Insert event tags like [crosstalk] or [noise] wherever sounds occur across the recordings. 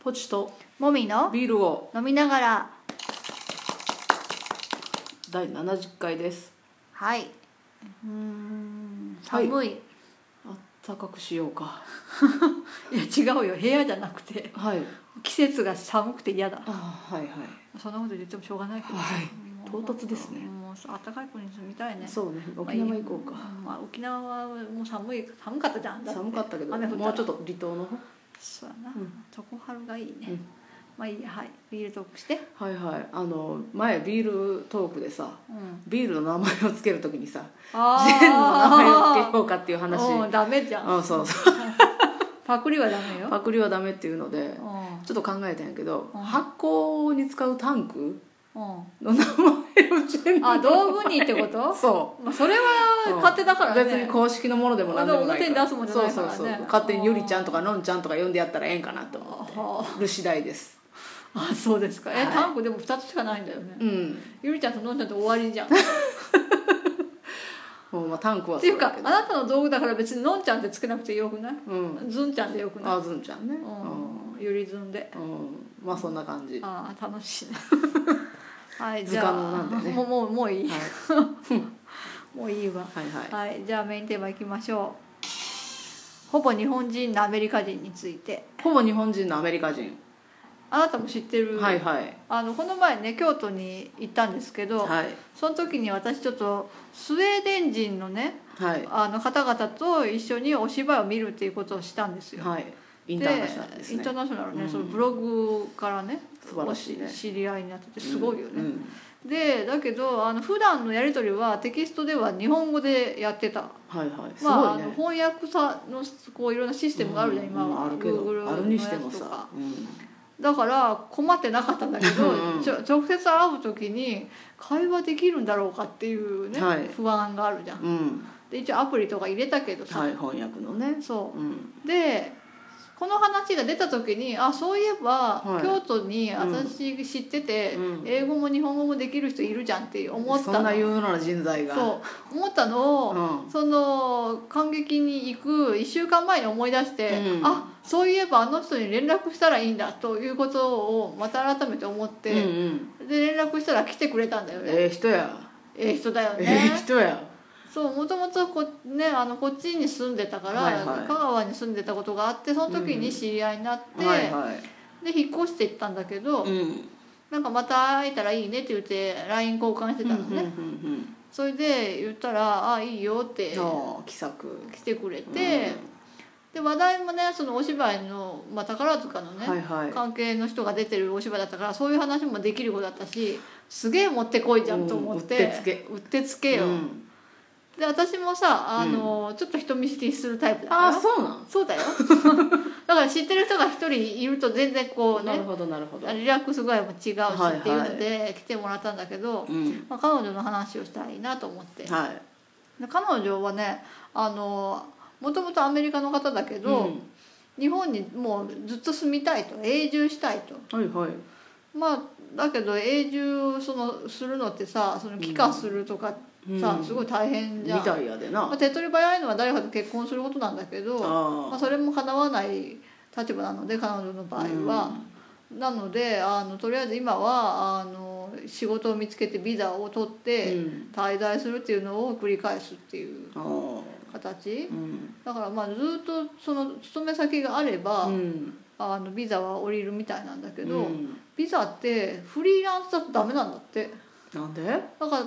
ポチともみのビールを飲みながら第70回ですはいうーんはい寒い、あったかくしようかい、や違うよ部屋じゃなくてはい季節が寒くて嫌だあはいはいそんなこと言ってもしょうがないけど、はいもう唐突ですねもう暖かい国に住みたいねそうね沖縄行こうか、まあ、沖縄はもう寒い寒かったじゃんだ寒かったけど雨降ったらもうちょっと離島の方そうやな、うんそこ春がいいね、うんまあいいやはいビールトークしてはいはいあの前ビールトークでさうんビールの名前をつけるときにさあジェンの名前をつけけようかっていう話うんダメじゃんうんそうそうパクリはダメよパクリはダメっていうのでうちょっと考えたんやけどうん発酵に使うタンク [laughs] んうんの名前をジェンあ道具にってことそうまあそれは勝手だからね、別に公式のものでも何でもない表に出すもんじゃないからねそうそうそう勝手にゆりちゃんとかのんちゃんとか呼んでやったらええんかなと思ってる次第ですあそうですかえ、はいタンクでも2つしかないんだよね、うんゆりちゃんと飲んじゃって終わりじゃんっもうまあタンクはていうだかけあどなたの道具だから別にのんちゃんってつけなくてよくない、うんずんちゃんでよくないあずんちゃんねううん、ゆりずんでん、うん、まあそんな感じ、はああ楽しいね [laughs] はい図じゃあ鑑なんでねもうもうもういい、い、はいもういいわはいはい、じゃあメインテーマいきましょうほぼ日本人のアメリカ人についてほぼ日本人のアメリカ人、あなたも知ってる、はいはいあのこの前ね京都に行ったんですけど、はいその時に私ちょっとスウェーデン人のねはいあの方々と一緒にお芝居を見るっていうことをしたんですよ。はいインターナショナルですインねターナショナルね、うんそのブログからね素晴らしいねお知り合いになっててすごいようね、んでだけどあの普段のやり取りはテキストでは日本語でやってた、はいはいすごいね、まあ、あの翻訳さのこういろんなシステムがあるじゃん、今うは、んあるけ Google どあるにしてものやつとかさ、うんだから困ってなかったんだけどうんうんちょ直接会う時に会話できるんだろうかっていうね、はい不安があるじゃんうん、で一応アプリとか入れたけどさ、はい翻訳のねそうんうでこの話が出た時にあそういえば、はい京都に私知ってて、うん英語も日本語もできる人いるじゃんって思ったそのんな言うなら人材がそう思ったのを、うその感激に行く1週間前に思い出して、うんあそういえばあの人に連絡したらいいんだということをまた改めて思っうんうて、ん、で連絡したら来てくれたんだよねええ人や、ええ人だよえねえ人やそうもともとこ,、ね、あのこっちに住んでたから、はいはい香川に住んでたことがあってその時に知り合いになって、はいはで引っ越していったんだけど、いうんなんかまた会えたらいいねって言って LINE 交換してたのね、うんうんうんうんそれで言ったら「あいいよ」ってああ気さく来てくれうんて、で話題もねそのお芝居の、まあ、宝塚のね、はいはい関係の人が出てるお芝居だったからそういう話もできる子だったしすげえ持ってこいじゃんと思って、うんうってつけうってつけよ、うんで私もさあの、ちょっと人見知りするタイプだかああらそうなんそ [laughs] うだよだから知ってる人が一人いると全然こうなるねほどなるほどリラックス具合も違うしはいはいっていうので来てもらったんだけど、うんまあ、彼女の話をしたらいいなと思ってはいで彼女はねあのもともとアメリカの方だけど、うん日本にもうずっと住みたいと永住したいとはいはいまあだけど永住そのするのってさその帰化するとかさ、うんすごい大変じゃん、みたいやでなまあ、手っ取り早いのは誰かと結婚することなんだけどまああ、それもかなわない立場なので彼女の場合は、なのであのとりあえず今はあの仕事を見つけてビザを取っあうてん滞在するっていうのを繰り返すっていうああ形うんだからまあずっとその勤め先があれば、うんあのビザは降りるみたいなんだけど、うんビザってフリーランスだとダメなんだってなんでだか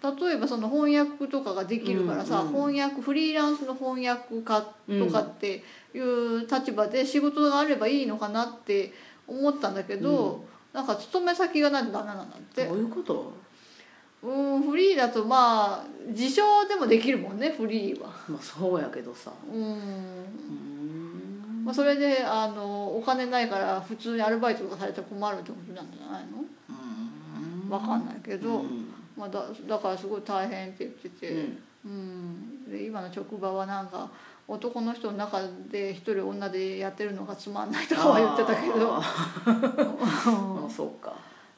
ら例えばその翻訳とかができるからさ、うんうん翻訳フリーランスの翻訳家とかっていう立場で仕事があればいいのかなって思ったんだけど、なんか勤め先がないとダメなんだってどういうことうんフリーだとまあ自称でもできるもんねフリーはまあそうやけどさうんうーんまあ、それであのお金ないから普通にアルバイトとかされたら困るってことなんじゃないのうんわかんないけど、うんまあ、だだからすごい大変って言ってうて、んうん、で今の職場はなんか男の人の中で一人女でやってるのがつまんないとかは言ってたけど [laughs] あーあそうか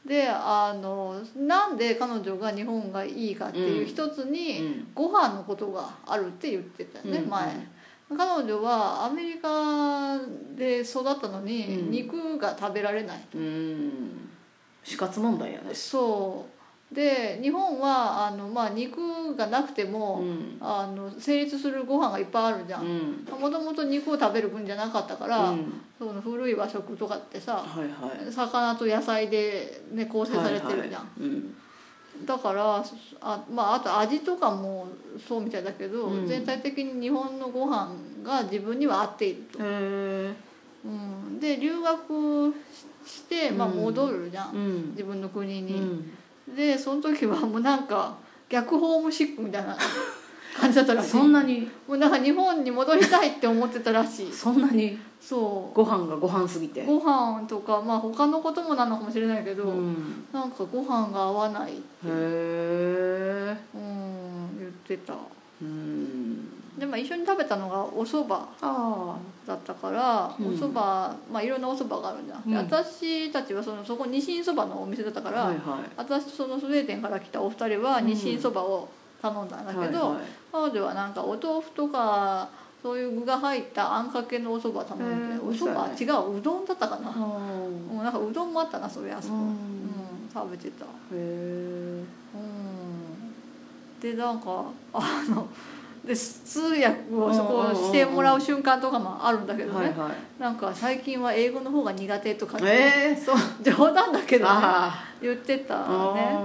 であのなんで彼女が日本がいいかっていう一つに、うんご飯のことがあるって言ってたよね、うん前彼女はアメリカで育ったのにうん肉が食べられない、うん死活問題やねそうで日本はあの、まあ、肉がなくてうも、んあの成立するご飯がいっぱいあるじゃうんんもともと肉を食べる分じゃなかったかうら、んその古い和食とかってさはいはい魚と野菜で、ね、構成されてるじゃん、はいはいうんだからあ,、まあ、あと味とかもそうみたいだけど、うん全体的に日本のご飯が自分には合っている、へえうん、で留学しして、まあ、うん戻るじゃん、うん自分の国うに、んでその時はもうなんか逆ホームシックみたいな [laughs] 感じだったらしいそんなにもうなんか日本に戻りたいって思ってたらしいそんなにそご飯がご飯すぎうてご飯とかまあ他のこともなのかもしれないけど、うんなんかご飯が合わないへえうん言ってたうんでも一緒に食べたのがお蕎麦あだったから、うんお蕎麦まあいろんなお蕎麦があるじゃん、でうん私たちはそのそこ日清蕎麦のお店だったあから、はいはい私とそのスウェーデンから来たお二人は日清蕎麦を頼んだんだけど、はいはい彼女はなんかお豆腐とかそういう具が入ったあんかけのお蕎麦頼んへでーお蕎麦違ううどんだったかな、うんもうなんかうどんもあったなそりゃあそこ、うんうん食べてたへえうんでなんかあので通訳をそこしてもらう瞬間とかもあるんだけどね、はいはいなんか最近は英語の方が苦手とか、ええそう冗談だけど、ね、あ言ってあたね、あ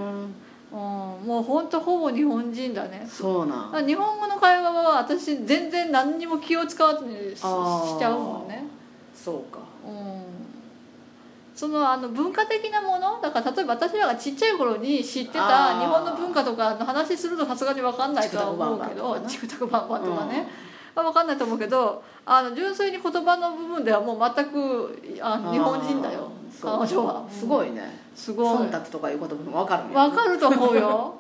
うん、もうほんとほぼ日本人だねーそうなんあ日本語の会話は私全然何にも気を使わずにししちあーゃうもんね、そうかうん、そのあの文化的なものだから例えば私らがちっちゃい頃に知ってあたー日本の文化とかの話するとさすがに分かんないとは思うけどチチクタクバンバンとかね、は分かんないと思うけどあの純粋に言葉の部分ではもう全くああのー日本人だよそ彼う女はすごいいねすごい忖度とかいうことも分かるね分かると思 [laughs] うよ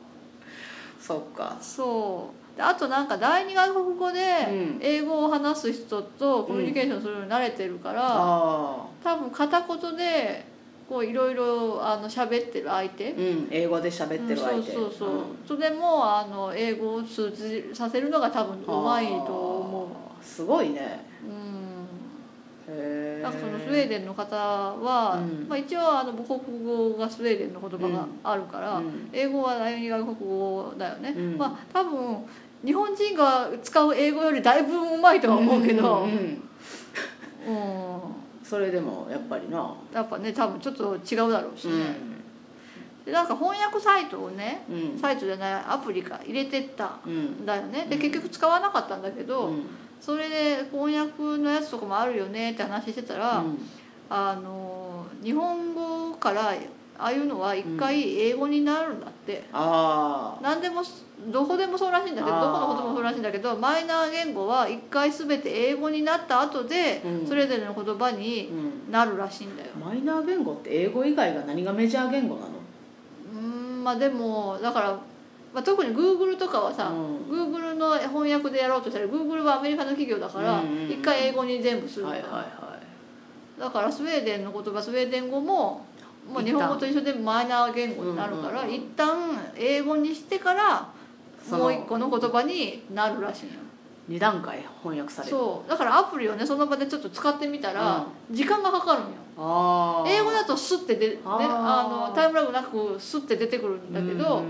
そっかそうであとなんか第二外国語でうん英語を話す人とコミュニケーションするのに慣れてるから、あ多分片言でこういろいろあの喋ってる相あ手うん英語で喋ってる相手うんそうそうそう、それもあの英語を通じさせるのが多分うまいと思うすごいねううんへえなんかそのスウェーデンの方は、うんまあ、一応あの母国語がスウェーデンの言葉があるから、うん英語は第二外国語だよね、うんまあ多分日本人が使う英語よりだいぶうまいとは思うけど、んうんんんそれでもやっぱりなやっぱね多分ちょっと違うだろうしね、でなんか翻訳サイトをねうんうんサイトじゃないアプリか入れてったうんんだよねうでん結局使わなかったんだけど、うんそれで翻訳のやつとかもあるよねって話してたら、うんあの日本語からああいうのは一回英語になるんだって、あ何でもどこでもそうらしいんだけどあーどこのこともそうらしいんだけどマイナー言語は一回全て英語になった後で、うんそれぞれの言葉あうにんなるらしいんだよ。マイナー言語って英語以外が何がメジャー言語なのうーんまあでもだから、まあ、特に Google とかはさ、うん Google の翻訳でやろうとしたら Google はアメリカの企業だからうんうんうん一回英語に全部する、はいはいはだからスウェーデンの言葉スウェーデン語ももう日本語と一緒でマイナー言語になるから、うんうんうん一旦英語にしてからそのもう一個の言葉になるらしいのよい2段階翻訳されるそうだからアプリをねその場でちょっと使ってみたら時間がかかるのよああ英語だとスッてで、ね、あーあのタイムラグなくスッて出てくるんだけど、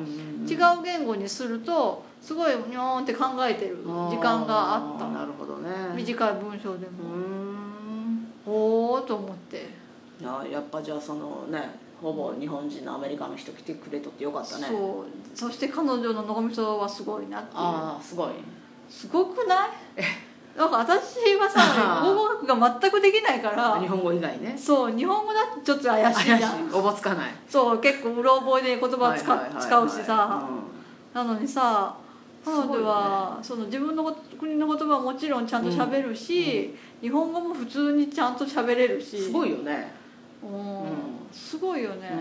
違う言語にするとすごいにょーんって考えてる時間があったなるほどね短い文章でうーも、んおおと思ってあやっぱじゃあそのねほぼ日本人のアメリカの人来てくれとってよかったねそうそして彼女の脳みそはすごいなっていうああすごいすごくないなんか私はさ [laughs] あー語学が全くできないから日本語以外ねそう日本語だってちょっと怪しいじゃんおぼつかないそう結構うろ覚えで言葉を使,、はいはいはいはい使うしさ、うなのにさ彼すごいよ女ねは、その自分のこと国の言葉はもちろんちゃんと喋るし、日本語も普通にちゃんと喋れるしんすごいよねうんうんすごいよね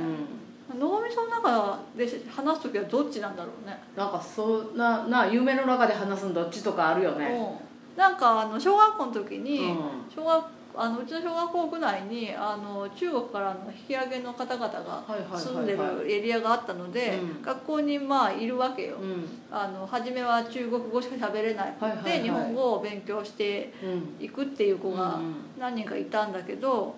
う、ん脳みその中で話す時はどっちなんだろうねなんかそんなな夢の中で話すのどっちとかあるよねうんなんかあの小学校の時に、うん小学あのうちの小学校区内にあの中国からの引き上げの方々がはいはいはいはい住んでるエリアがあったので、うん学校にまあいるわけよ、うんあの初めは中国語しか喋れないくて、はいはいはい日本語を勉強してうんいくっていう子がうん何人かいたんだけど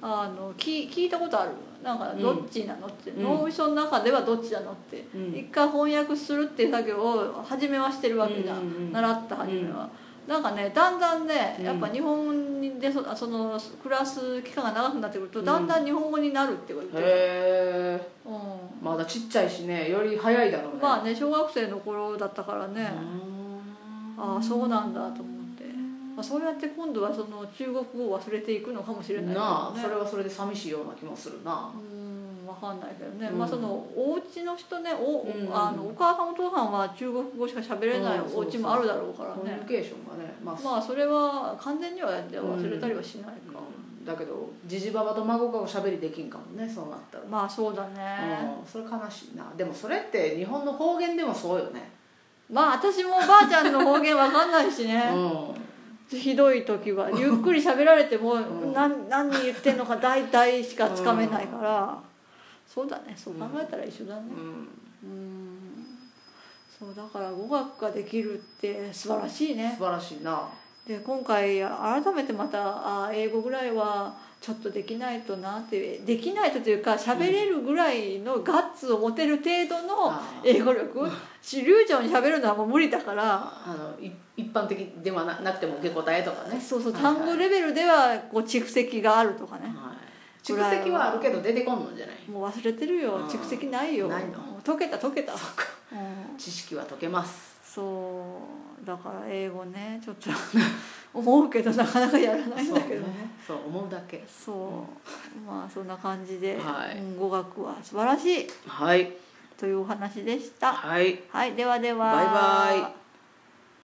あの聞聞いたことあるなんかうんどっちなのって、うん脳みその中ではどっちなのって、うん一回翻訳するっていう作業を初めはしてるわけじゃん、うんうんうん習った初めは。なんかねだんだんねうんやっぱ日本でそその暮らす期間が長くなってくるとだんだん日本語になるって言われへて、えうん、まだちっちゃいしねより早いだろうねまあね小学生の頃だったからね、ああそうなんだと思って、まあ、そうやって今度はその中国語を忘れていくのかもしれないけどなあねそれはそれで寂しいような気もするなうんわかんないけどね、うんまあそのお家の人ねお、うんあのお母さんお父さんは中国語しか喋れないうんお家もあるだろうからコミュニね、ケーションがねまあまあそれは完全には忘れたりはしないか、だけどじじばばと孫がおしゃべりできんかもねそうなったら、まあそうだね、うんそれ悲しいなでもそれって日本の方言でもそうよねまあ私もおばあちゃんの方言わかんないしね、うひどい時はゆっくり喋られても、んなん、何言ってんのか大 [laughs] 体しかつかめないから、そうだねそう考えたら一緒だねん、うんうんそうだから語学ができるって素晴らしいね素晴らしいなで今回改めてまたあ英語ぐらいはちょっとできないとなってできないとというか喋れるぐらいのガッツを持てる程度のあ英語力し流暢に喋るのはもう無理だからあのい一般的ではななくても受け答えとかねそうそうはいはい単語レベルではこう蓄積があるとかねはい蓄積はあるけど出てこんのんじゃないもう忘れてるようん蓄積ないよないのもう解けた解けたうん知識は解けますそうだから英語ねちょっと [laughs] 思うけどなかなかやらないんだけどねそう思うだけそうまあそんな感じで、はいうん語学は素晴らしいはいというお話でしたはいはいではではバイバイ